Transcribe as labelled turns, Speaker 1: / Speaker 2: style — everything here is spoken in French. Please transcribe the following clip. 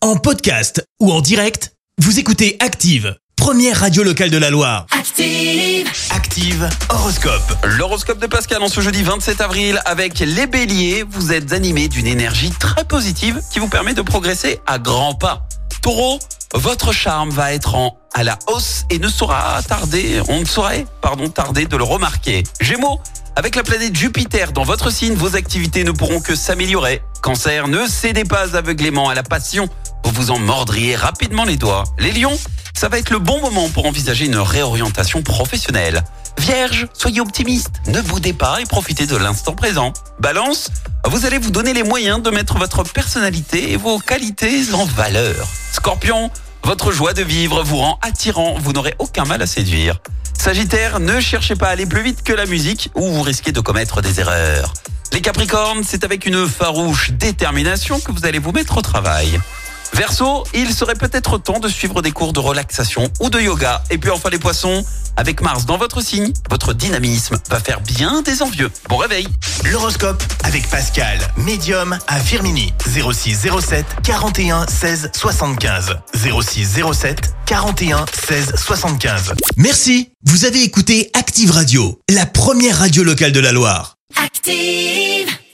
Speaker 1: En podcast ou en direct, vous écoutez Active, première radio locale de la Loire.
Speaker 2: Active.
Speaker 1: Active Horoscope.
Speaker 3: L'horoscope de Pascal en ce jeudi 27 avril avec les béliers, vous êtes animé d'une énergie très positive qui vous permet de progresser à grands pas. Taureau, votre charme va être en à la hausse et ne saura tarder, on ne saurait, pardon, tarder de le remarquer. Gémeaux, avec la planète Jupiter dans votre signe, vos activités ne pourront que s'améliorer. Cancer, ne cédez pas aveuglément à la passion, vous vous en mordriez rapidement les doigts. Les lions, ça va être le bon moment pour envisager une réorientation professionnelle. Vierge, soyez optimiste, ne boudez pas et profitez de l'instant présent. Balance, vous allez vous donner les moyens de mettre votre personnalité et vos qualités en valeur. Scorpion, votre joie de vivre vous rend attirant, vous n'aurez aucun mal à séduire. Sagittaire, ne cherchez pas à aller plus vite que la musique ou vous risquez de commettre des erreurs. Les Capricornes, c'est avec une farouche détermination que vous allez vous mettre au travail. Verseau, il serait peut-être temps de suivre des cours de relaxation ou de yoga. Et puis enfin les poissons, avec Mars dans votre signe, votre dynamisme va faire bien des envieux. Bon réveil
Speaker 1: L'horoscope avec Pascal, médium à Firmini. 06 07 41 16 75. 06 07 41 16 75. Merci, vous avez écouté Active Radio, la première radio locale de la Loire.
Speaker 2: Active.